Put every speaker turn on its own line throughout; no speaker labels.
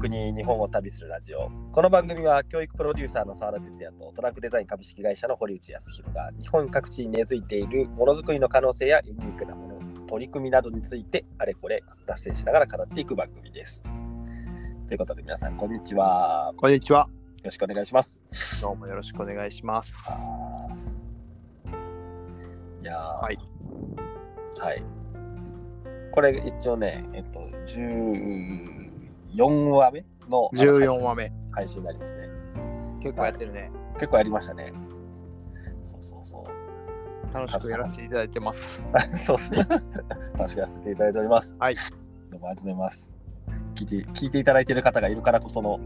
国日本を旅するラジオこの番組は教育プロデューサーの澤田哲也とトラックデザイン株式会社の堀内康弘が日本各地に根付いているものづくりの可能性やユニークなもの取り組みなどについてあれこれ脱線しながら語っていく番組ですということで皆さんこんにちはよ
こんにちは。
ろしくお願いします
どうもよろしくお願いします。
いやー
はい。
はい。これ一応ね、えっと、14話目の
14話目。
配信になりますね。
結構やってるね。
結構やりましたね。そうそうそう。
楽しくやらせていただいてます。
そうですね。楽しくやらせていただいております。
はい。
どうもありがとうございます。聞いて聞いていただいている方がいるからこその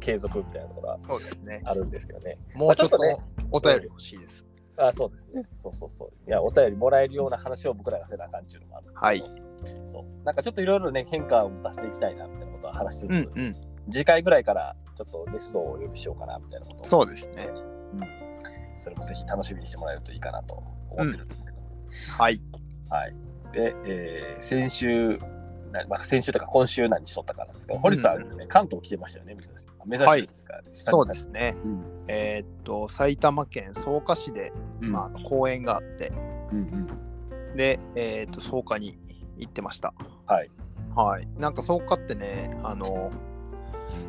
継続みたいなところは
そうですね。
あるんですけどね。
もうちょっと
まあち
お便り欲しいです。
あそうですね。そうそうそう。いや、お便りもらえるような話を僕らがせなあかんっていうのもあるんだけど
はい。
そう。なんかちょっといろいろね、変化を出していきたいなみたいなことは話しつつ、
うんうん。
次回ぐらいからちょっとゲストをお呼びしようかなみたいなことを
そうですね。
うんそれもぜひ楽しみにしてもらえるといいかなと思ってるんですけど、
はい。
はい。で、えー先週、なまあ、先週とか今週何しとったかなんですけど、堀さんはですね、関東来てましたよね、珍しい。珍しい
はい
というか久
そ
々
うですね。
うん
えーっと、埼玉県草加市で、
うん
まあ、公園があって、
うんうん
で、えーっと、草加に行ってました。
はい。
はい。なんか草加ってね、あの、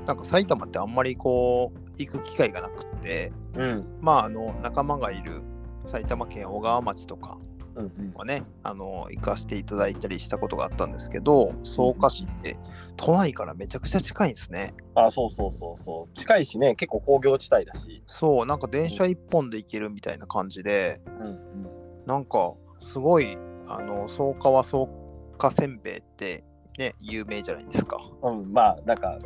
なんか埼玉ってあんまりこう、行く機会がなくって、
うん
まあ、あの、仲間がいる埼玉県小川町とか、
うんうん
はねあの行かせていただいたりしたことがあったんですけど草加市って都内からめちゃくちゃ近いんですね
あそうそうそうそう近いしね結構工業地帯だし、
そうなんか電車一本で行けるみたいな感じで
うんうん、
なんかすごいあの草加は草加せんべいってね有名じゃないですか
うん、まあ、なんか、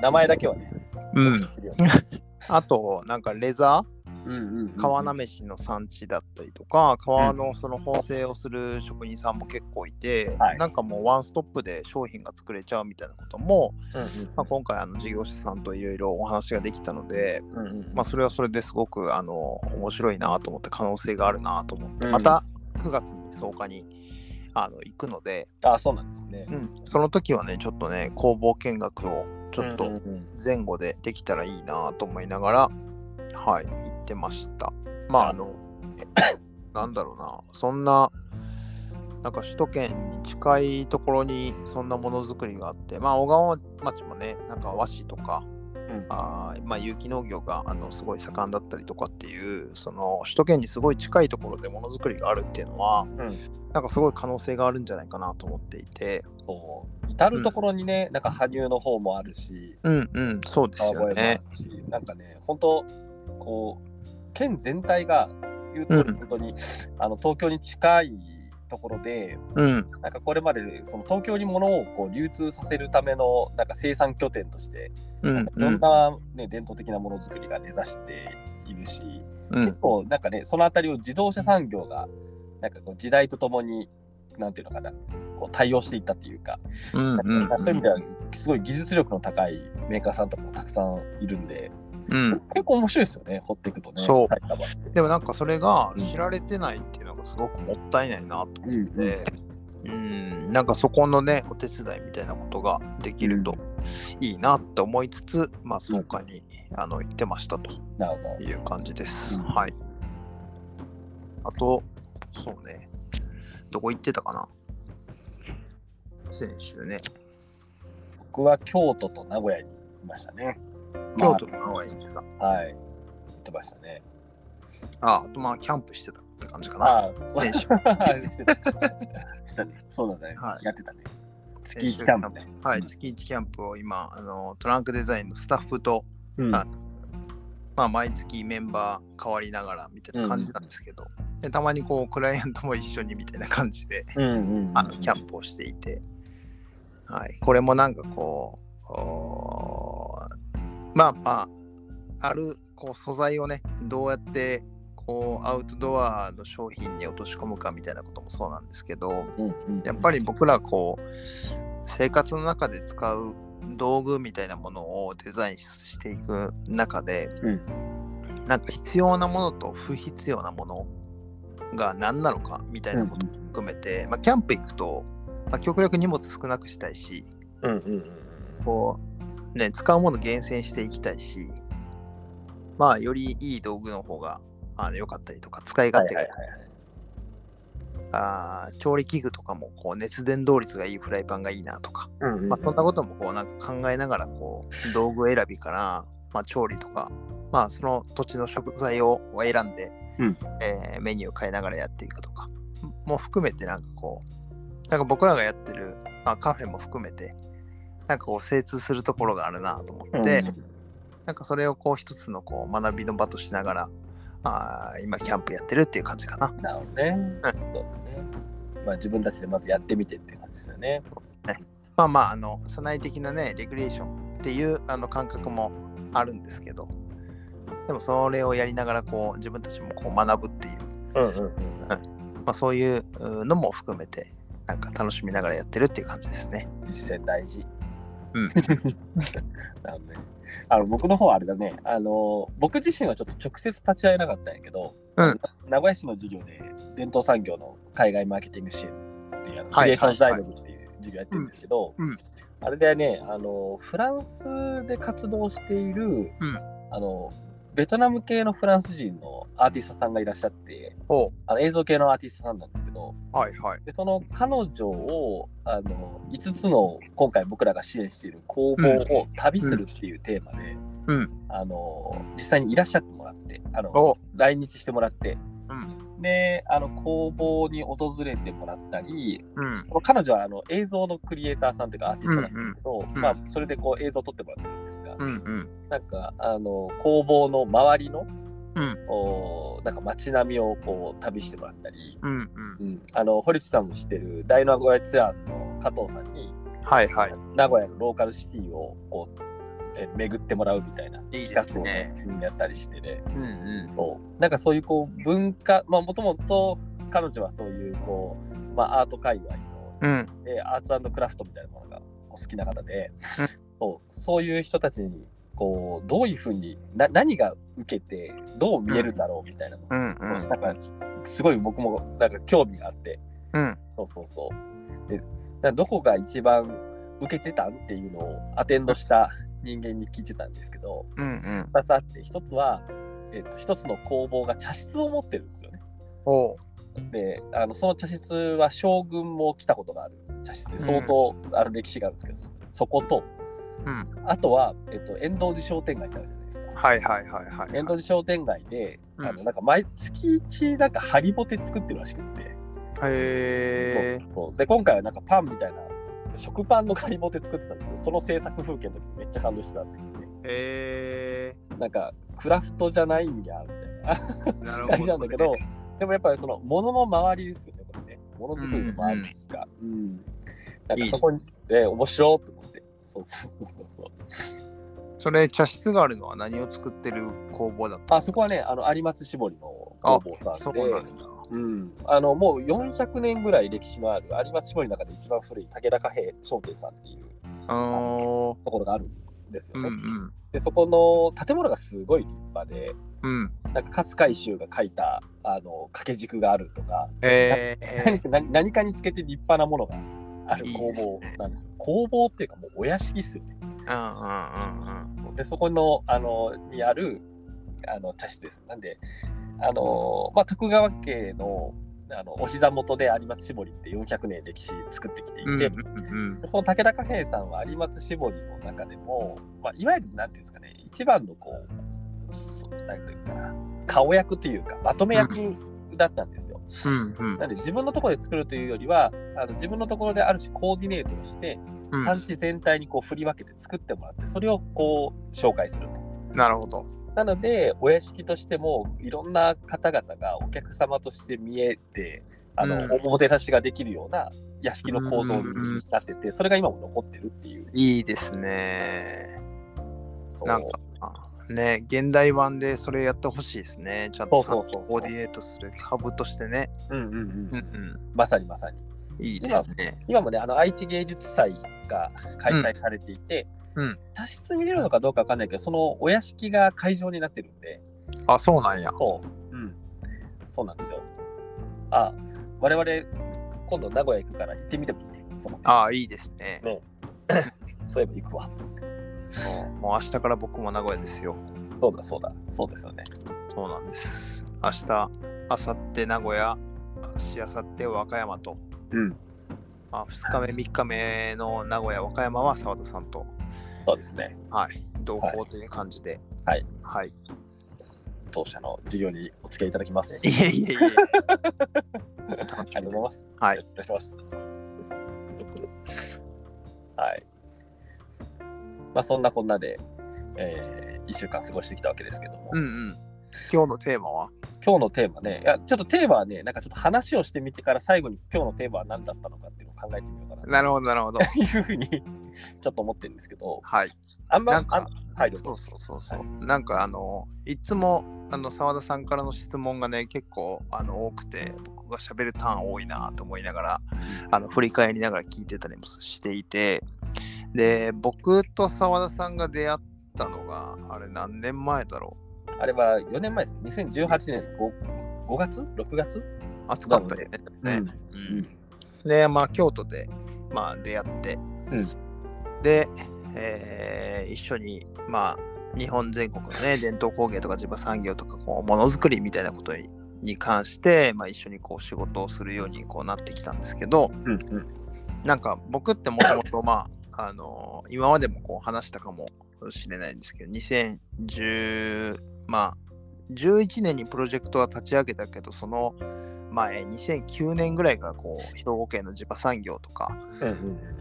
名前だけはね、
う
お聞
ん
きするよ
あとなんかレザ
うん
ー川なめしの産地だったりとか川のその縫製をする職人さんも結構いて、
はい
なんかもうワンストップで商品が作れちゃうみたいなことも
うん
まあ、今回あの事業者さんといろいろお話ができたので、
うんうん
まあ、それはそれですごくあの面白いなと思って可能性があるなと思って、
うん
また9月に草加にあの行くので、
ああ、そうなんですね
う。ん、その時はねちょっとね工房見学をちょっ
うん
と
うんうん
前後でできたらいいなと思いながら、はい行ってましたまああの なんだろうなそんななんか首都圏に近いところにそんなものづくりがあってまあ小川町もねなんか和紙とか
うん
あーまあ有機農業があのすごい盛んだったりとかっていうその首都圏にすごい近いところでものづくりがあるっていうのは、
うん
なんかすごい可能性があるんじゃないかなと思っていて
そう至る所にね、なんか羽生の方もあるし、
うんうんそうです
川
よ
越もあ
ね
るし、なんかね、本当こう、県全体が言うとおり、
うん
本当に、あの東京に近いところで、
うん
なんかこれまでその東京に物をこう流通させるためのなんか生産拠点として、
うん
いうろん
ん
な、ね、伝統的なものづくりが根ざしているし、
う
結
ん
構なんかねその辺りを自動車産業がなんかこう時代とともになんていうのかなこう対応していったっていうか,、
うんうんうん
そういう意味ではすごい技術力の高いメーカーさんとかもたくさんいるんで、
うん
結構面白いですよね掘っていくとね
そう
埼玉って
でもなんかそれが知られてないっていうのがすごくもったいないなと
うんうん
思って、うん、なんかそこのねお手伝いみたいなことができるといいなって思いつつ、まあ草加にあの行ってましたと。
なるほど
いう感じです。
うん
はい。あと、そうね。どこ行ってたかな先週ね。
僕は京都と名古屋にいましたね
京都の方に行ってた。
まあはい行ってましたね
あ、あとまあ、キャンプしてたって感じかな。
ああそう
先週。
してたしてたね そうだね、
はい
やってたね
先
月
週
一キャンプね、
は
う
い、
ん
月1キャンプを今、あのトランクデザインのスタッフと、
うん
あまあ、毎月メンバー変わりながらみたいな感じなんですけど、でたまにこう、クライアントも一緒にみたいな感じで、
うんうんうん
あのキャンプをしていて、はい、これもなんかこうおーまあまああるこう素材をねどうやってこうアウトドアの商品に落とし込むかみたいなこともそうなんですけど
うんうん
やっぱり僕らこう生活の中で使う道具みたいなものをデザインしていく中で、
うん
なんか必要なものと不必要なものが何なのかみたいなこと含めて、まあ、キャンプ行くと、まあ、極力荷物少なくしたいし
うんうんうんうん
こうね、使うもの厳選していきたいし、まあ、よりいい道具の方があの良かったりとか、使い勝手が、
はいはいはいはい
あー調理器具とかもこう熱伝導率がいいフライパンがいいなとか、
うんうんうん
まあ、そんなこともこうなんか考えながらこう道具選びから、まあ、調理とか、まあ、その土地の食材を選んで、
うん
えーメニューを変えながらやっていくとかも含めてなんかこうなんか僕らがやってる、まあ、カフェも含めてなんかこう精通するところがあるなと思って、なんかそれをこう一つのこう学びの場としながらあー今キャンプやってるっていう感じかな。
なるほどね。そうですね。まあ自分たちでまずやってみてっていう感じですよね。
まあまあ、あの、社内的なね、レクリエーションっていうあの感覚もあるんですけど、でもそれをやりながら、こう、自分たちもこう学ぶっていう、
うんうんうん。
まあそういううんのも含めて、なんか楽しみながらやってるっていう感じですね。
実践大事。
うん。
なので、あの僕の方はあれだね、あの僕自身はちょっと直接立ち会えなかったんやけど、
うん
名古屋市の授業で伝統産業の海外マーケティング支援っていうあのク
はい
リエーション財務部っていう授業やってるんですけど、
うんうん
あれでねあのフランスで活動している、
うん
あのベトナム系のフランス人のアーティストさんがいらっしゃって
お
あの映像系のアーティストさんなんですけど
はいはい。
でその彼女をあの5つの今回僕らが支援している工房を旅するっていうテーマで、
うん
あの実際にいらっしゃってもらってあの
お
来日してもらって
うん。
であの工房に訪れてもらったり
うん。
この彼女はあの映像のクリエイターさんというかアーティストなんですけど、
うん
まあ、それでこう映像を撮ってもらってるんですが、
うん。うん。
なんかあの工房の周りの、
うん
おなんか街並みをこう旅してもらったり。
うん。うん。
あの堀内さんも知ってる大名古屋ツアーズの加藤さんに、
はいはい。
名古屋のローカルシティをこうえ巡ってもらうみたいない
い
企
です
画を
ね
ねうんやったりしてね
うん。うん。
そうなんかそういうこう文化まあもともと彼女はそういうこう、まあ、アート界隈の、
うん。
えアーツクラフトみたいなものがお好きな方で、そうそういう人たちにこうどういうふうにな何が受けてどう見えるんだろうみたいなのを、
うん。う
なんか
ん。
すごい僕もなんか興味があって
うん。
そうそうそう。で、などこが一番受けてたんっていうのをアテンドした人間に聞いてたんですけど、
うん。うん。
2つあって、1つは、えっと、1つの工房が茶室を持ってるんですよね。
おう。
で、あのその茶室は将軍も来たことがある茶室で、相当、あの歴史があるんですけど、そこと、
うん。
あとは、えっと、遠藤寺商店街ってあるじゃないですか。
はいはいはいはい。
遠藤寺商店街で、あ
う
の
ん
なんか毎月一なんかハリボテ作ってるらしくって。そ
へえ
う。そうそうで今回はなんかパンみたいな食パンのカリボテ作ってたんだけどその制作風景の時にめっちゃ感動してたって言って
へえ
なんかクラフトじゃないんやみたいな
なる
感
ほ
じ
ど。
なんだけどでもやっぱりそのものの周りですよねこれねものづくりの周りがうん、なんかそこにえー面白いと思ってそうそうそうそう
それ茶室があるのは何を作ってる工房だったん
あ
です
そ
か
こはねあの有松絞りの工房さんで
そうなんだ。
うん、あのもう400年ぐらい歴史のある有松絞りの中で一番古い武田貨幣商店さんっていう
あー
ところがあるんですよ
うん
ね、
うん
でそこの建物がすごい立派で
うん。
なんか勝海舟が書いたあの掛け軸があるとか、
え
何
ー、
か何何かにつけて立派なものがある
いい
工
です
房
ね
なんですよ。工房っていうかもうお屋敷ですよね。
うんうんうんうん。
でそこのあのにあるあの茶室です。なんであの、まあ、徳川家のあのお膝元で有松絞りって400年歴史作ってきていて、
うんうん
その武田貨幣さんは有松絞りの中でも、まあ、いわゆるなんていうんですかね一番のこうそなんていうかな顔役というかまとめ役だったんですよ。
うんうん
なので自分のところで作るというよりはあの自分のところである種コーディネートをして、
うん
産地全体にこう振り分けて作ってもらってそれをこう紹介すると。
なるほど。
なのでお屋敷としてもいろんな方々がお客様として見えてあの、
うん
おもてなしができるような屋敷の構造になっててそれが今も残ってるっていう。
いいですね。
そう
なんかね、現代版でそれやってほしいですね。ちゃんとさ
そうそうそうそう
コーディネートする株としてね。
うんうんうん
うんうん。
まさにまさに。
いいですね。
今もね、あの愛知芸術祭が開催されていて、
うんうん
多室見れるのかどうかわかんないけど、そのお屋敷が会場になってるんで、
あ、そうなんや。
そう、うん、そうなんですよ。あ、我々、今度名古屋行くから行ってみてもいいね。その
あいいですね。
そういえば行くわと思って。
もう明日から僕も名古屋ですよ。
そうだそうだ、そうですよね。
そうなんです。明日、明後日名古屋、しあさって和歌山と、
うん、
まあ、2日目、3日目の名古屋、和歌山は澤田さんと、
そうですね。
はい、同行という感じで、
はい。
はい、
当社の事業にお付き合いいただきます。
いえ いえいえ。
ありがとうございます。
はい
ありがとうございます。はい。まあそんなこんなで、え1週間過ごしてきたわけですけども、
うんうん。今日のテーマは
今日のテーマね、いやちょっとテーマはね、なんかちょっと話をしてみてから最後に今日のテーマは何だったのかっていうのを考えてみようかな
なるほど、なるほど。
というふうに ちょっと思ってるんですけど、
はい。
あん ま、
なんか
あんはい、どう
そ
ぞ
うそうそうそう。なんかあの、いつも、あの、澤田さんからの質問がね、結構あの多くて、僕が喋るターン多いなと思いながら、あの振り返りながら聞いてたりもしていて、で、僕と澤田さんが出会ったのが、あれ何年前だろ
あれは4年前ですね、2018年 5, 5月 ?6 月、
う暑かったよね。ね
うん
うんで、まあ、京都で、まあ、出会って、
うん
で、えー一緒に、まあ、日本全国の ね、伝統工芸とか地場産業とか、こう、ものづくりみたいなことにに関して、まあ、一緒にこう、仕事をするようにこうなってきたんですけど、
うんうん、
なんか、僕ってもともと、まあ、あのー今までもこう、話したかもしれないんですけど、2010、まあ、11年にプロジェクトは立ち上げたけど、その前、2009年ぐらいからこう、兵庫県の地場産業とか、
うんうん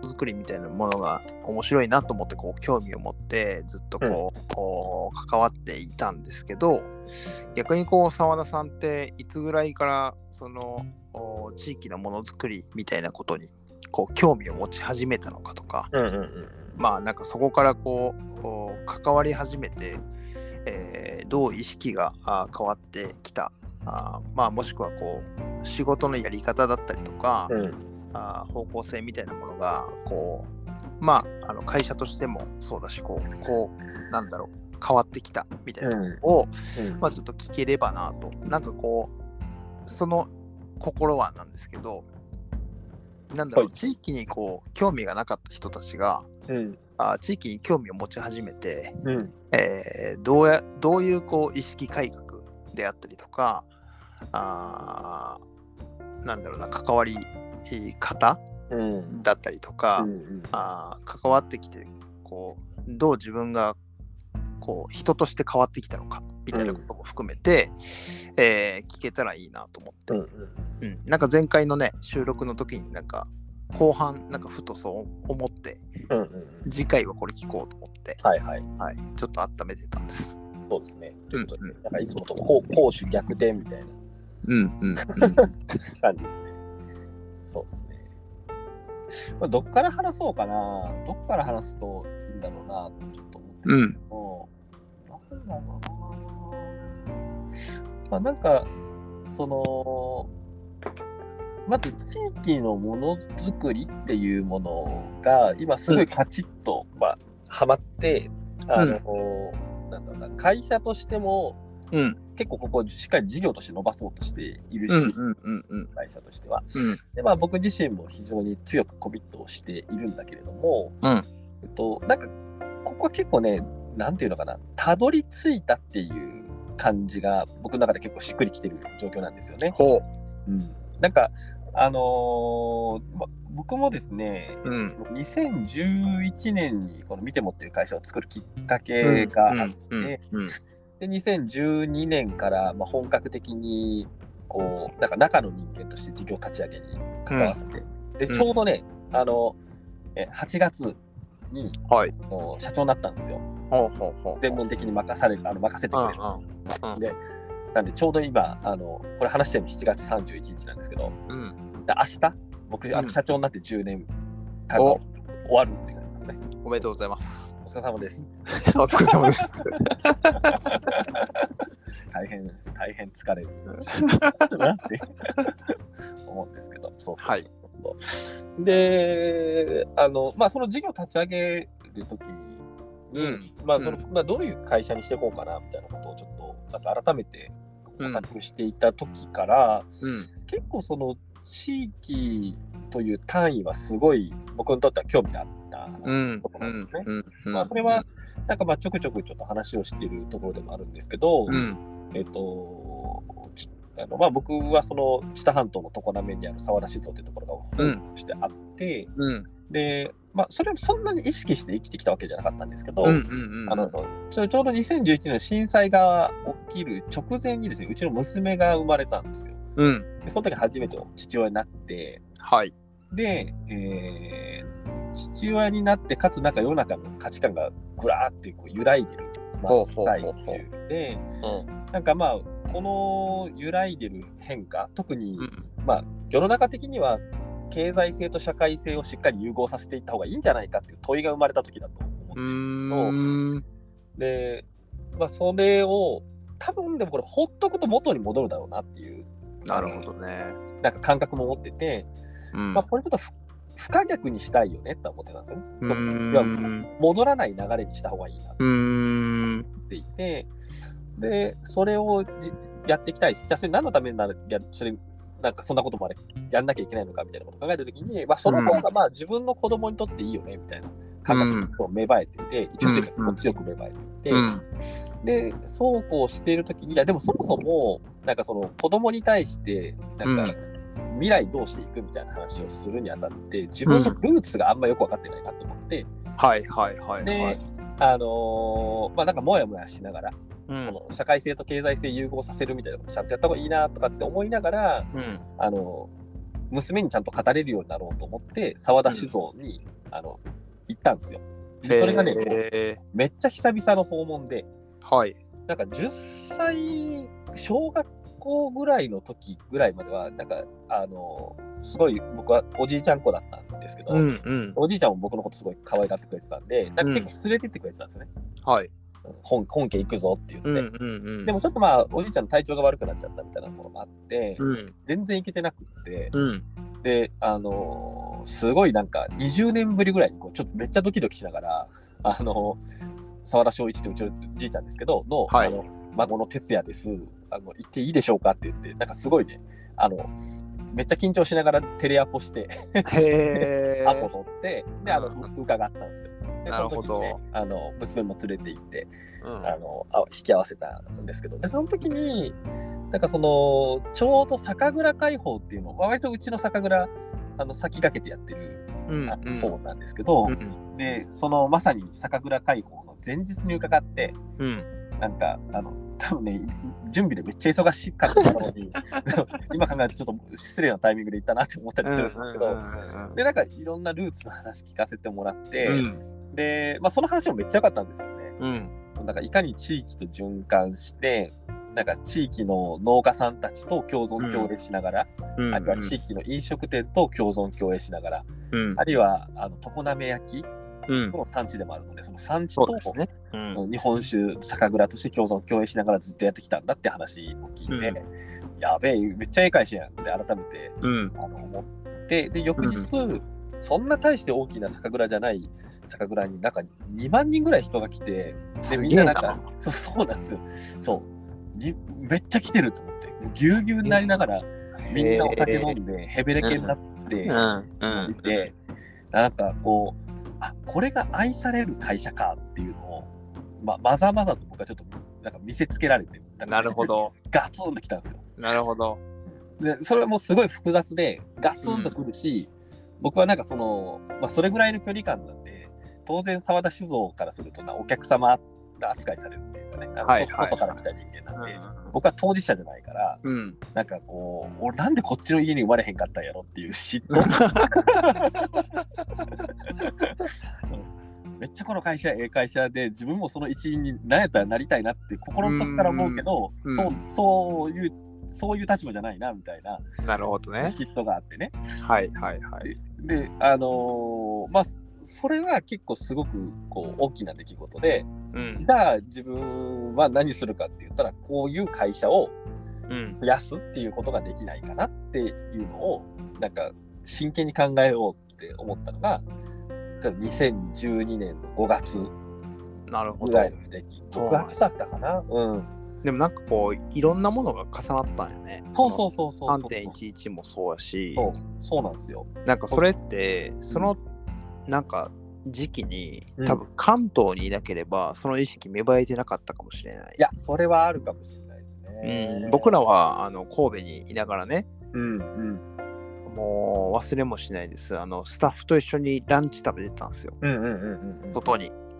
作りみたいなものが面白いなと思ってこう興味を持ってずっとこう,こう、関わっていたんですけど逆にこう澤田さんっていつぐらいからそのお地域のものづくりみたいなことにこう興味を持ち始めたのかとか
うんうんうんうん
まあなんかそこからこうお関わり始めて、えーどう意識があ変わってきたあまあもしくはこう仕事のやり方だったりとか、
うん
あー方向性みたいなものがこうまああの会社としてもそうだしこうこうなんだろう変わってきたみたいな
うん
のを、
うん
まあ、ちょっと聞ければなとなんかこうその心はなんですけどなんだろう、
はい
地域にこう興味がなかった人たちが
うん
あー地域に興味を持ち始めて、
うん
えーどうやどういうこう意識改革であったりとかあーなんだろうな関わり方
うん
だったりとか、
うん
あー関わってきてこうどう自分がこう人として変わってきたのかみたいなことも含めて、えー聞けたらいいなと思って、
うん
うんなんか前回のね収録の時になんか後半なんかふとそう思って
うんうん
次回はこれ聞こうと思って、
はいはい、
はい、ちょっと温めてたんです。
そうですね。
うん
なんかいつもと攻攻守逆転みたいな
うんうん
感じですね。そうですね。まあ、どっから話そうかな、どっから話すといいんだろうなとちょっと思って
うん
けど、なんだろうな。まあ、なんか、その、まず地域のものづくりっていうものが、今すごいカチッと、まあ、はまって、あの、なんだろうな、会社としても、
うんうん
結構ここしっかり事業として伸ばそうとしているし、
うんうんうんうん
会社としては。
うん
でまあ僕自身も非常に強くコミットをしているんだけれども、
うん
えっと、なんかここは結構ねなんていうのかなたどり着いたっていう感じが僕の中で結構しっくりきてる状況なんですよね。
ほう
うん、なんかあのーま僕もですね
うん
2011年にこの「見ても」っていう会社を作るきっかけがあって、
うんうん
で2012年から、まあ、本格的にこうなんか中の人間として事業立ち上げに関わって、で
うん
ちょうどね、あのえ8月に
はい
あの社長になったんですよ
ほうほうほう
全面的に任されあの任せて
うん
く
うん
れる、なんでちょうど今あのこれ話してるの7月31日なんですけど
うん
で明日僕あ
うん
の社長になって10年間が
お
終わるって感じですね
おめでとうございます
お疲れ様です
お疲れ様です。
大変大変疲れるなって 思うんですけどそうそうそう
はい
であのまあその事業立ち上げる時に、
うん
まあその
う
まあ、どういう会社にしていこうかなみたいなことをちょっとなんか改めて
うん
模索していた時から、
うん。
結構その地域という単位はすごい僕にとっては興味があった。
うん
こと
う
なんです
ん
よね
うん
まあ、それは、なんかまあちょくちょくちょっと話をしているところでもあるんですけど、
うん
えっ、と、ちあのまあ、僕はその知多半島の常滑にある沢田酒造というところが
う
本
ん
としてあって、
うん
で、まあ、それもそんなに意識して生きてきたわけじゃなかったんですけど、
うんうんうん
あのちょちょうど2011年の震災が起きる直前にですね、うちの娘が生まれたんですよ。
うん
でその時初めて父親になって、
はい
で、えー父親になって、かつなんか世の中の価値観がぐらーってこう揺らいでる真っ最
ほうほうほ
中で、
うん
なんかまあ、この揺らいでる変化、特に
うん
世の中的には経済性と社会性をしっかり融合させていった方がいいんじゃないかっていう問いが生まれた時だと思って
うーん
で、まあ、それを多分でもこれほっとくと元に戻るだろうなっていう
なるほどね
なんか感覚も持ってて、
うん
まあ、これちょっとふ不可逆にしたいよねって思ってたんですよね。
うーん
要は戻らない流れにした方がいいなと
うーん
思っていてでそれをじやっていきたいしじゃあそれ何のためになるやそれなんかそんなことまでやんなきゃいけないのかみたいなことを考えた時に、まあ、その方がまあ自分の子供にとっていいよねみたいな感覚が芽生えてて、一時も強く芽生えていて。
うん
で、そうこうしているときに、いや、でもそもそも、なんかその子供に対して、なんか、未来どうしていくみたいな話をするにあたって、自分のルーツがあんまよく分かってないなと思って、
はいはいはい
で、
はい
あのーまあなんかもやもやしながら、
うん
この社会性と経済性融合させるみたいなことちゃんとやった方がいいなとかって思いながら、
うん
あのー娘にちゃんと語れるようになろうと思って、沢田酒造に、あの、行ったんですよ。でそれがね、
へー
めっちゃ久々の訪問で、
はい
なんか10歳、小学校ぐらいの時ぐらいまでは、なんか、あの、すごい僕はおじいちゃん子だったんですけど、
うんうん
おじいちゃんも僕のことすごい可愛がってくれてたんで、なんか結構連れてってくれてたんですよね。
はい
本本家行くぞって言って。
うんうんうん
でもちょっとまあ、おじいちゃんの体調が悪くなっちゃったみたいなものもあって、
うん
全然行けてなくって、
うん
で、あのすごいなんか20年ぶりぐらいにこう、ちょっとめっちゃドキドキしながら、あの沢田正一ってうちのじいちゃんですけど、の、
はい
あの孫の哲也です。あの、行っていいでしょうかって言って、なんかすごいね、あの、めっちゃ緊張しながらテレアポして、
へ
アポ取って、で、あの、
うん
う伺ったんですよ。で、
な
そ
る
の
ほ
時
ど
にね、あの、娘も連れて行って、あ
ー
の、あ引き合わせたんですけど、で、その時に、なんかその、ちょうど酒蔵開放っていうの、割とうちの酒蔵、あの、先駆けてやってる
うん
あ
う
の
ん
方なんですけど、
うん
で、その、まさに酒蔵開放の前日に伺って、
うん
なんか、あの、多分ね、準備でめっちゃ忙しかったのに、 今考えるとちょっと失礼なタイミングで行ったなって思ったりするんですけど、で、なんかいろんなルーツの話聞かせてもらって、
うん
で、まあその話もめっちゃ良かったんですよね。
うん
なんかいかに地域と循環して、なんか地域の農家さんたちと共存共栄しながら、
うん
あるいは地域の飲食店と共存共栄しながら、
うん
あるいはあの常滑焼
うん
きの産地でもあるので、その産地
そ
と
うですねうん
日本酒酒蔵として共存共栄しながらずっとやってきたんだって話を聞いて、やべえめっちゃええ会社やんって改めて
うん
あの思ってで翌日、そんな大して大きな酒蔵じゃない酒蔵になんか2万人ぐらい人が来てですみん
げえ
な
な
なんかそうそうなんですよそうにめっちゃ来てると思ってもうぎゅうぎゅうになりながらみんなお酒飲んでへべれけになって
うんうん
いて、なんかこうあこれが愛される会社かっていうのをままざまざと僕はちょっとなんか見せつけられてんか
なるほ ど
ガツンときたんですよ
なるほど
でそれもすごい複雑でガツンとくるし、僕はなんかその、まあ、それぐらいの距離感なんで当然澤田酒造からするとなお客様扱いされるっていうかねあの
はい
そ
はい
外から来た人間なんで、
う
僕は当事者じゃないから
ん
なんかこう俺なんでこっちの家に生まれへんかったんやろっていう嫉 妬めっちゃこの会社ええ会社で自分もその一員になれたらなりたいなって心の底から思うけど
うん
そううそういうそういう立場じゃないなみたいな
なるほどね
嫉妬があってね。
はいはいはい
で、あのーまあ、そそれは結構すごくこう大きな出来事で、
うん
じゃあ自分は何するかって言ったら、こういう会社を
うん
増やすっていうことができないかなっていうのを、なんか真剣に考えようって思ったのが、じゃあ2012年の5月
なるほ
ぐ
ど
らいの出来
そう
5月だったかな。うん。
でもなんかこういろんなものが重なったんよね。
そうそうそうそうそう。
3.11もそうやし
そうそうなんですよ。
なんかそれってそのなんか時期に
うん
多分関東にいなければその意識芽生えてなかったかもしれない
い。や、それはあるかもしれないですね。
うん、僕らはあの神戸にいながらね
うんうん
もう忘れもしないですあのスタッフと一緒にランチ食べてたんですよ
うんうんうんうんうん。
外に。
うんうんう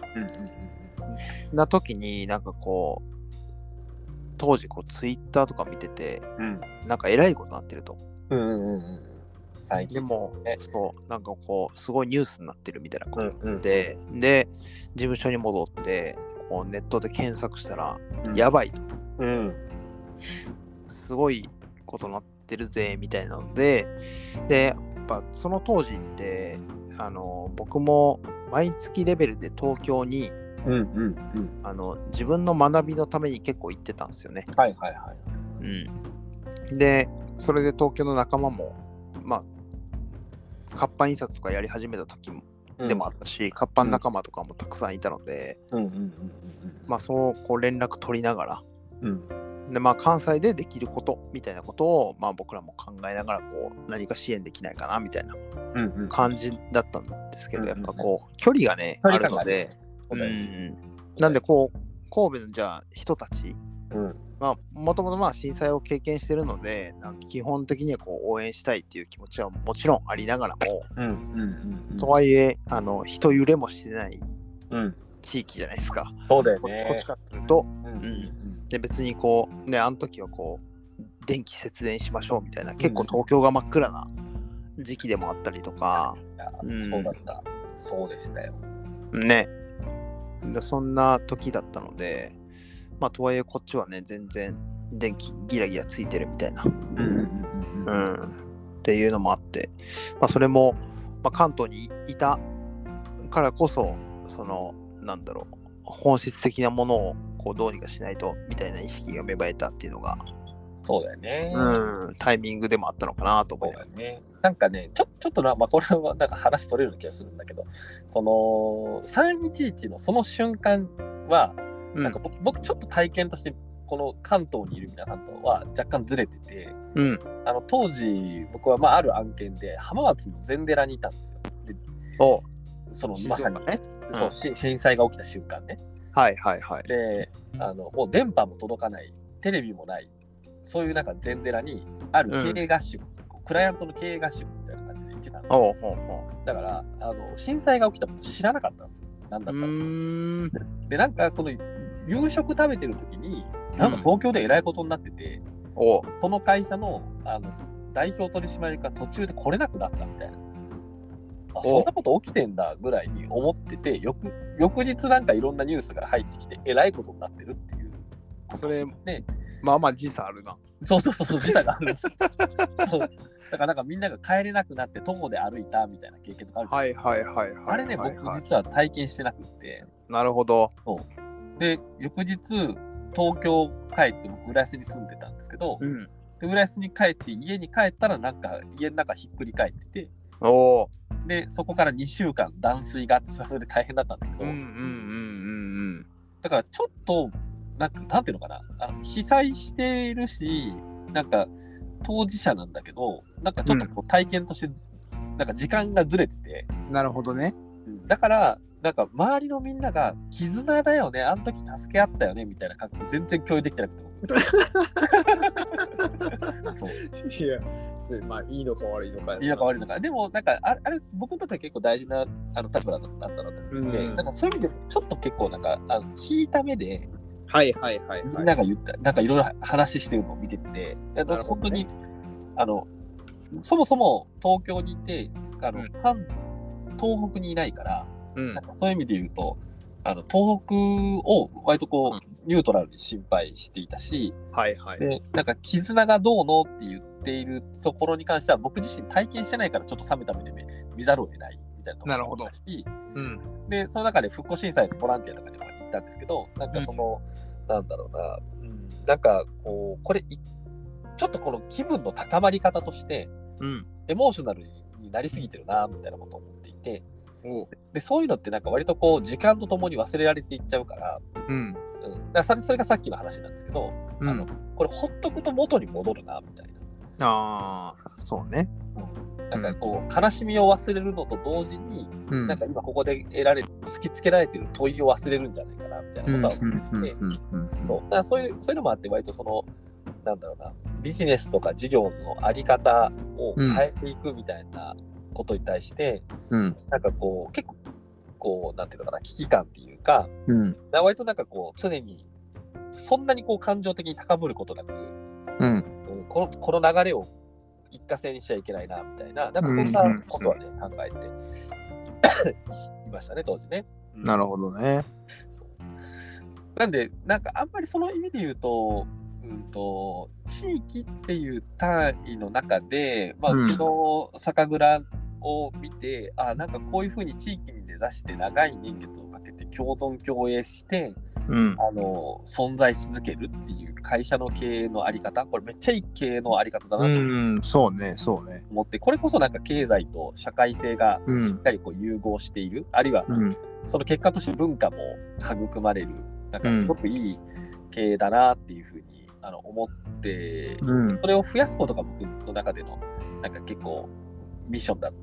ん
な時になんかこう当時こうツイッターとか見てて
うん
なんかえらいことになってると。
うんうんうんうん。最近
でも
ね、
そう、なんかこう、すごいニュースになってるみたいなこ
うん
と
うん、
で、で、事務所に戻って、こうネットで検索したら、
うん
やばいと、
うん
すごいことになってるぜ、みたいなので、で、やっぱその当時って、あの、僕も毎月レベルで東京に、
うんうんうん。
あの、自分の学びのために結構行ってたんですよね。
はいはいはい。
うん。で、それで東京の仲間も、まあ、活版印刷とかやり始めた時も、でもあったし、活版仲間とかもたくさんいたので、
うんうんうんうん
まあそうこう連絡取りながら、
うん。うん
でまあ関西でできることみたいなことを、まあ僕らも考えながらこう何か支援できないかなみたいな
うんうん。
感じだったんですけど、
うん
やっぱこう距離がね、
距
あ
離
る
感が
ので、
う
うん
ん
なんでこう神戸のじゃあ人たち、
うん
まあもともとまあ震災を経験してるので、なんか基本的にはこう応援したいっていう気持ちはもちろんありながらも、
うんうんうん。
とはいえあの人揺れもしてない
うん。
地域じゃないですか。
そうだよ
こ
ね。
こっちからすると、
うんうんうん。
で別にこうねあの時はこう電気節電しましょうみたいな結構
うん
東京が真っ暗な時期でもあったりとか、
いや
うん
そうだった。そうでしたよ。
ねでそんな時だったのでまあとはいえこっちはね全然電気ギラギラついてるみたいな、
うんうん
う
うん
ん、っていうのもあって、まあ、それも、まあ、関東にいたからこそそのなんだろう本質的なものをこうどうにかしないとみたいな意識が芽生えたっていうのが
そうだよね。
うん、タイミングでもあったのかなと
そ
思
う
い
だよね。なんかね、ちょちょっとな、まあ、これはなんか話取れるような気がするんだけど、その311のその瞬間は、
な
なんんか
か
僕僕ちょっと体験として、この関東にいる皆さんとは若干ずれてて、
うん。
あの当時、僕はまあある案件で浜松の禅寺にいたんですよ。で、
お
そのまさに、
ね。うん
そうし震災が起きた瞬間ね。
はいはいはい。
であのもう電波も届かないテレビもないそういうなんか禅寺にある経営合宿、クライアントの経営合宿みたいな感じで行ってたんですよ
おうほうほ
だからあの震災が起きたこと知らなかったんですよなん
う。
だ
う
ったの
ーん。
でなんかこの夕食食べてる時になんか東京でえらいことになってて、
おう
その会社のあの代表取締役が途中で来れなくなったみたいな。あそんなこと起きてんだぐらいに思ってて翌翌日なんかいろんなニュースが入ってきてえらいことになってるっていうことですね。
まあまあ時差あるな。
そうそうそうそう、時差があるんですよ。 そうだからなんかみんなが帰れなくなって徒歩で歩いたみたいな経験とかあるじゃん
はいはいはいはいはい。
あれね、僕
はい
実は体験してなくって、
なるほど。
で、翌日、東京帰って、僕、浦安に住んでたんですけど、
うん。
で浦安に帰って、家に帰ったら、なんか家の中ひっくり返ってて、
おお。
で、そこから2週間断水があって、それはそれで大変だったんだけど、
うんうんうんうん
だからちょっと、なんか、なんていうのかな、あの被災しているし、なんか、当事者なんだけど、なんかちょっとこう体験として、なんか時間がずれてて、
うん。なるほどね。
だから、なんか周りのみんなが、絆だよね、あの時助け合ったよね、みたいな感覚、全然共有できてなくて、 僕そう
いや、まあいいのか悪いのか。
いいのか悪いのか。でも、なんか、あれ、あれ僕にとっては結構大事なあの立場だったんだなと思って、
うん
なんかそういう意味で、ちょっと結構、なんか、あの聞いた目で、
はいはいはい
みん
は。
ないが言った、なんかいろいろ話してるのを見てて、だから本当に、あの、そもそも東京にいて、あの、
うん
関東北にいないから、
うん
なん。かそういう意味で言うと、あの東北を割とこう、
うん
ニュートラルに心配していたし、
はいはい。
で、なんか絆がどうのって言っているところに関しては、僕自身体験してないから、ちょっと冷めた目で見見ざるを得ないみたいなところもあったし
うん。
で、その中で復興震災のボランティアとかにも行ったんですけど、なんかその、なんだろうな、うん、なんかこう、これい、ちょっとこの気分の高まり方として、
うん。
エモーショナルになりすぎてるな、みたいなことを思っていて、
おう。
で、そういうのってなんか割とこう、時間とともに忘れられていっちゃうから、
うん。
うん、だからそれそれがさっきの話なんですけど、
う
あの
ん。
これほっとくと元に戻るなみたい
ああ、そうね。
ななんかこう、悲しみを忘れるのと同時に
うん。
なんか今ここで得られ突きつけられてる問いを忘れるんじゃないかなみたい
うん
な
う
こ
ん
とは、
うんうんうんうん
そうだからそういうそういうのもあって割とそのなんだろうなビジネスとか事業のあり方を変えていくみたいなことに対して、
うん
なんかこう結構こうなんていうのかな危機感っていうか
うん
な割となんかこう常にそんなにこう感情的に高ぶることなく、
うん
うんこのこの流れを一過性にしちゃいけないなみたいななんかそんなことはね、考えて いましたね当時ね。うん
なるほどね。
そうなんで、なんかあんまりその意味で言うと、うんと、地域っていう単位の中で、まあ、
うん
うちの酒蔵を見て、あなんかこういうふうに地域に根ざして長い年月をかけて共存共栄して、
うん。
あの、存在し続けるっていう会社の経営のあり方、これめっちゃいい経営のあり方だな
う
と
ん、そうね、そうね。
思って、これこそなんか経済と社会性が
うん
しっかりこう融合している、あるいは
うん。
その結果として文化も育まれる、なんかすごくいい経営だなっていうふうに、あの思って、
うん。
それを増やすことが僕の中での、なんか結構ミッションだと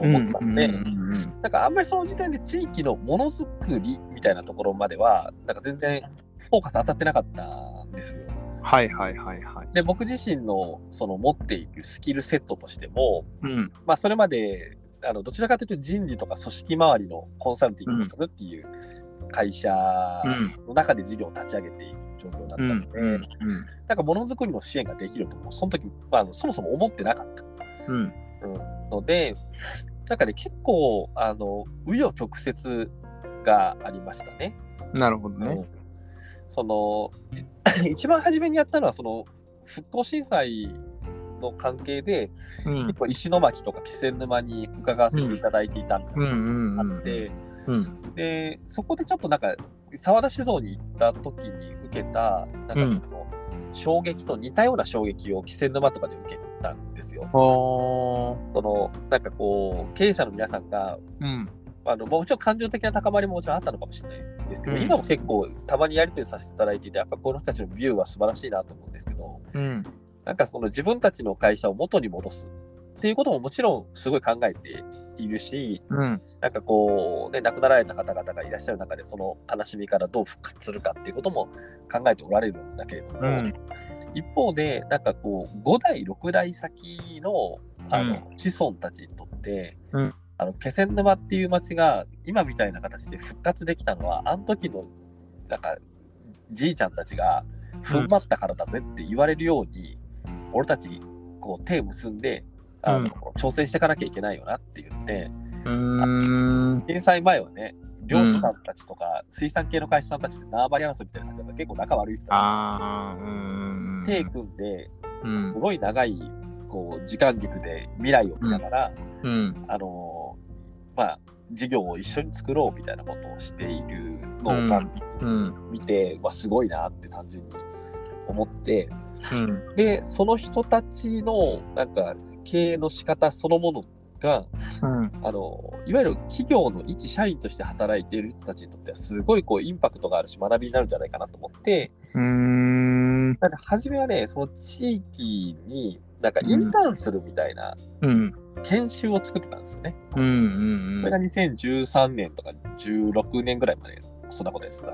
思ってたので、
うん
なんかあんまりその時点で地域のものづくりみたいなところまでは、なんか全然フォーカス当たってなかったんですよ。
はいはいはいはい。
で、僕自身のその持っているスキルセットとしても、
うん。
まあ、それまであのどちらかというと人事とか組織周りのコンサルティングをするっていう会社
うん。
の中で事業を立ち上げている状況だった
うん。
ので、
うん。
なんかものづくりの支援ができるともその時、まあ、そもそも思ってなかった
うん。
のでなんかね結構あの紆余曲折がありましたね。
なるほど
う
ね。
んその一番初めにやったのはその復興震災の関係で、
うん
結。構石巻とか気仙沼に伺わせていただいていたの
う
が
ん。うん。
あって、
うん。
でそこでちょっとなんか沢田酒造に行った時に受けたなんか
うん
その衝撃と似たような衝撃を気仙沼とかで受けたんですよ。
あ
そのなんかこう経営者の皆さんが
あ。うん。
あのもちろん感情的な高まりももちろんあったのかもしれないですけど、
うん
今も結構たまにやり取りさせていただいていてやっぱこの人たちのビューは素晴らしいなと思うんですけど、
うん。
なんかその自分たちの会社を元に戻すっていうことももちろんすごい考えているし、
うん。
なんかこう、ね、亡くなられた方々がいらっしゃる中で、その悲しみからどう復活するかっていうことも考えておられるんだけれども、
うん
一方で、なんかこう、5代、6代先のあの、子孫たちにとって、
うん
あの気仙沼っていう町が今みたいな形で復活できたのは、あの時のなんかじいちゃんたちが踏ん張ったからだぜって言われるように、俺たちこう手結んであの、
うん
挑戦していかなきゃいけないよなって言って
うん。
震災前はね漁師さんたちとか、水産系の会社さんたちって縄張り争いみたいな感じだから結構仲悪い人た
ああ。うん
ち。手組んです
うん。
ごい長いこう時間軸で未来を見ながら、
うん。
あのまあ事業を一緒に作ろうみたいなことをしているのを
うん
まあ
うん。
見て、まあ、すごいなって単純に思って、
うん。
でその人たちのなんか経営の仕方そのものが
うん。
あのいわゆる企業の一社員として働いている人たちにとってはすごいこうインパクトがあるし学びになるんじゃないかなと思って
うん。
なんで初めはねその地域になんかインターンするみたいな
うん。
研修を作ってたんですよね。
うん。うん。
これが2013年とか16年ぐらいまでそんなことやってた。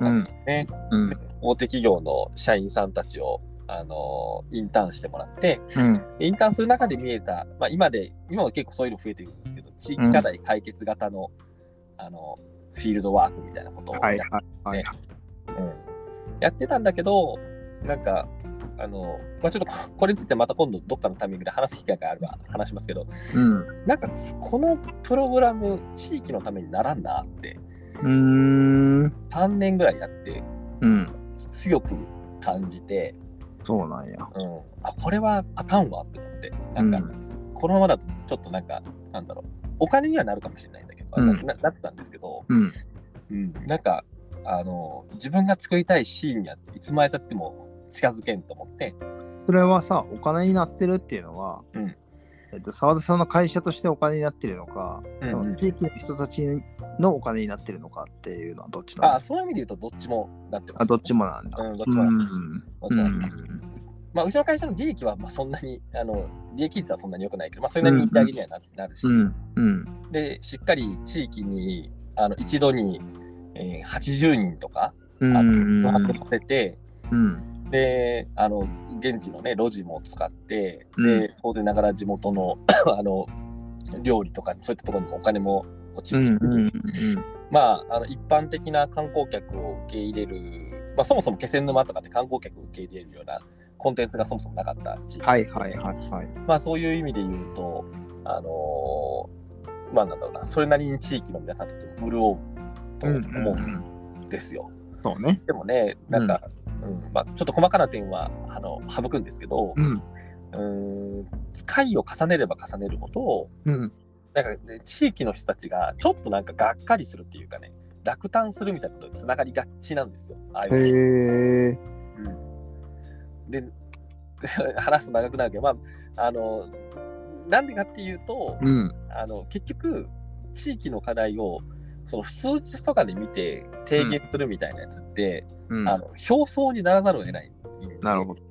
うん。
ね
うん。
大手企業の社員さんたちをあのインターンしてもらって
うん。
インターンする中で見えた、まあ、今で、今は結構そういうの増えてるんですけど、地域課題解決型の、あの、フィールドワークみたいなことをや,、
はいはいはい。
うんやってたんだけど、なんか、あの、まあ、ちょっとここれについてまた今度どっかのタイミングで話す機会があれば話しますけど、
うん。
なんかこのプログラム、地域のためにならんなって、
うーん。
3年ぐらいやって、
うん。
強く感じて、
そうなんや。
うん、あ、これはあかんわって思って、なんか、このままだとちょっとなんかなんだろうお金にはなるかもしれないんだけど、
うん
ななってたんですけど、
うん。
なんかあの自分が作りたいシーンにはいつまでたっても近づけんと思って
それはさ、お金になってるっていうのは、
うん
えっと、澤田さんの会社としてお金になってるのか、
うんうん
その地域の人たちのお金になってるのかっていうのはどっちなん
あ
で
あ、そういう意味で言うと、どっちもなってます。
あ、どっちもなんだ。
うん、どっ
う
ち
ん
も
う
なってます。
ん
どっ
う
ちもなんってますまあ、うちの会社の利益はまあそんなに、あの利益率はそんなに良くないけど、まあ、それなりに売り上げにはななるし、
うんうん
で、しっかり地域に、あの一度に、えー、80人とか、
うん
あ
う
の
ん
宿泊させて、
うん
で、あの現地のね、路地も使って、
う
で、当然ながら地元の あの料理とか、そういったところにもお金も落ち
う
るし、
んうん
まあ、あの一般的な観光客を受け入れる、まあ、そもそも気仙沼とかって観光客を受け入れるようなコンテンツがそもそもなかった地域、
はいはいはいはい。
まあ、そういう意味で言うと、あのーまあなんだろうな、それなりに地域の皆さんとても潤うと
うん
思
う
うんんですよ。
そうね。
でもね、なんか、うんまあ、ちょっと細かな点はあの省くんですけど、
うん
うーん、回を重ねれば重ねるほど、
うん
なんか、ね、地域の人たちがちょっとなんかがっかりするっていうかね、落胆するみたいなことにつながりがちなんですよ。ああいうの
へえ。
うんで 話すと長くなるけど、まあ、あのなんでかっていうと、
うん
あの結局地域の課題をその数日とかで見て提言するみたいなやつって、
うん。
あの表層にならざるを得ない。
なるほど。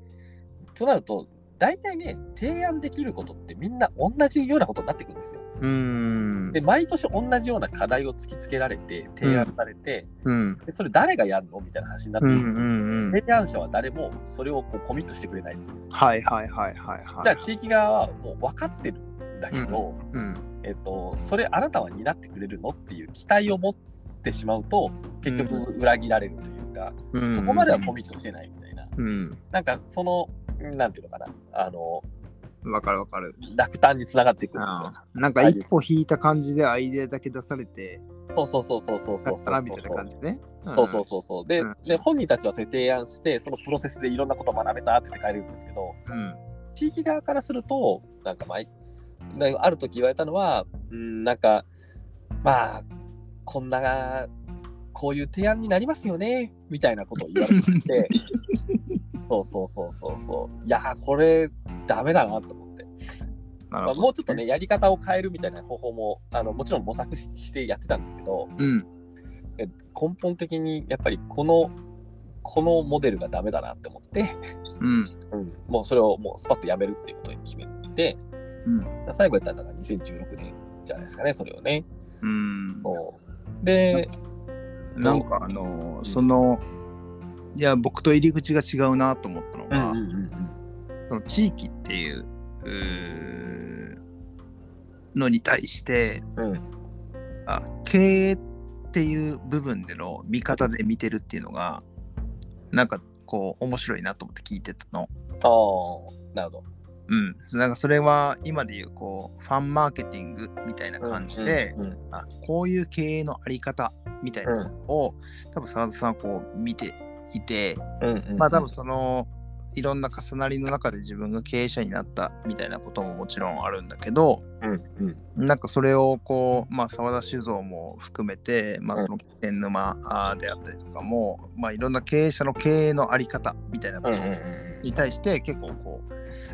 となると大体ね提案できることってみんな同じようなことになってくるんですよ。
うーん
で。毎年同じような課題を突きつけられて提案されて、
うん
でそれ誰がやるのみたいな話になっ
う
て
ん
く
う
る。
んうん。
提案者は誰もそれをこうコミットしてくれない。
はいはいはいはいはい。
じゃあ地域側はもう分かってるんだけど、
うん
えっと、それあなたは担ってくれるのっていう期待を持ってしまうと結局裏切られるというか、
うん
そこまではコミットしてないみたいな、
うん。
なんかそのなんていうのかなあの
わかるわかる。
落胆につながっていくるんですよ
あ。ーなんか一歩引いた感じでアイデアだけ出されて、
そうそうそうそうそうそ
だ
う
っ
そ
た
う
らみたいな感じね。
そうそうそうそうで,、
うん
で本人たちはそれ提案してそのプロセスでいろんなこと学べたって言って帰れるんですけど
うん。
地域側からするとなんか前なんかある時言われたのはうんなんかまあこんなこういう提案になりますよねみたいなことを言われてき てそうそうそうそうそういやーこれダメだなと思って、
な
まあ、もうちょっとねやり方を変えるみたいな方法もあのもちろん模索ししてやってたんですけど
うん。
え根本的にやっぱりこのこのモデルがダメだなって思って、
うん。
うん、もうそれをもうスパッとやめるっていうことに決めて
うん。
最後やったのが2016年じゃないですかね、それをね。
うん。
そうで、
なんかあのー
ん
そのいや僕と入り口が違うなと思ったのが、その地域っていううーのに対して
うんうん
あ経営っていう部分での見方で見てるっていうのがなんかこう面白いなと思って聞いてたの。
ああ、なるほど。
うん、なんかそれは今でいうこうファンマーケティングみたいな感じで、
うんうん
あこういう経営のあり方みたいなのを、多分澤田さんはこう見ていて、
うんうんうん
まあ多分そのいろんな重なりの中で自分が経営者になったみたいなことももちろんあるんだけど
うんうん
なんかそれをこう、まあ、澤田酒造も含めて、まあ、その気仙沼あーであったりとかも、まあ、いろんな経営者の経営のあり方みたいなこ
うん
と
う
を
んうん
に対して結構こう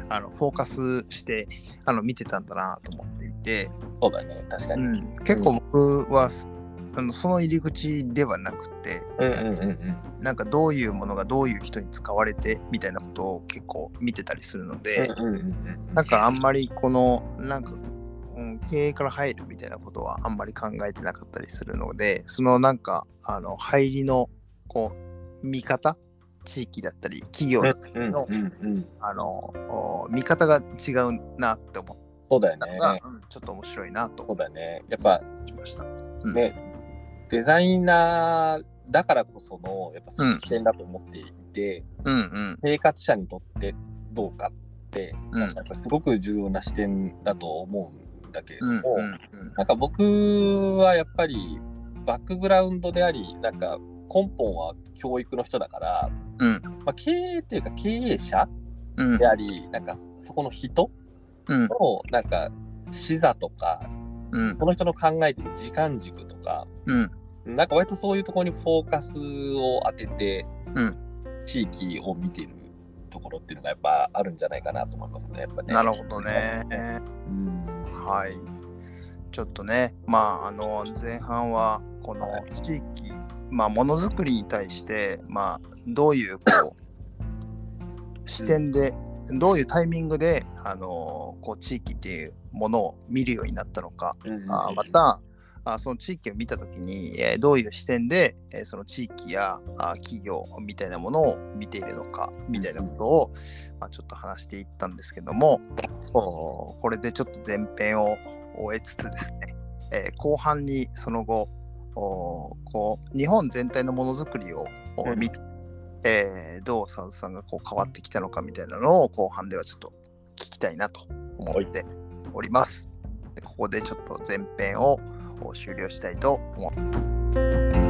あのフォーカスしてあの見てたんだなと思っていて、
そうだね、確か
う
に。
ん、結構僕はすあのその入り口ではなくて、
うんうんうんうん
なんかどういうものがどういう人に使われてみたいなことを結構見てたりするので、
うんうんうん
なんかあんまりこのなんか、うん、経営から入るみたいなことはあんまり考えてなかったりするのでそのなんかあの入りのこう見方地域だったり企業だったり
うんうんうんうん
あのお見方が違うなって思っ
そうだよ
たのが、
ね。
うんちょっと面白いなと
そ
思
うだよね。やっぱ
いました。
ね、デザイナーだからこその、やっぱそういう視点だと思っていて、
うんうん
生活者にとってどうかって、
うん
やっぱすごく重要な視点だと思うんだけれど
うん
も、
うん
なんか僕はやっぱりバックグラウンドであり、なんか根本は教育の人だから、
うん
まあ、経営っていうか経営者
うんうん
であり、なんかそこの人
う
の
ん
なんか視座とか、
うん
この人の考えてる時間軸とか、
うん
なんか割とそういうところにフォーカスを当てて、
うん
地域を見てるとところっていうのがやっぱあるんじゃないかなと思いますね。やっぱね
なるほどね。
うん
はい。ちょっとね、まあ、あの前半はこの地域、まあ、ものづくりに対して、まあ、どういうこう視点で、どういうタイミングで、あのこう地域っていうものを見るようになったのか、
うん
あまたあその地域を見た時に、えーどういう視点で、えーその地域やあ企業みたいなものを見ているのかみたいなことを、まあ、ちょっと話していったんですけどもおーこれでちょっと前編を終えつつですね、えー後半にその後おーこう日本全体のものづくりをお見て、えーどうサウさんがこう変わってきたのかみたいなのを後半ではちょっと聞きたいなと思っております。ここでちょっと前編を終了したいと思います。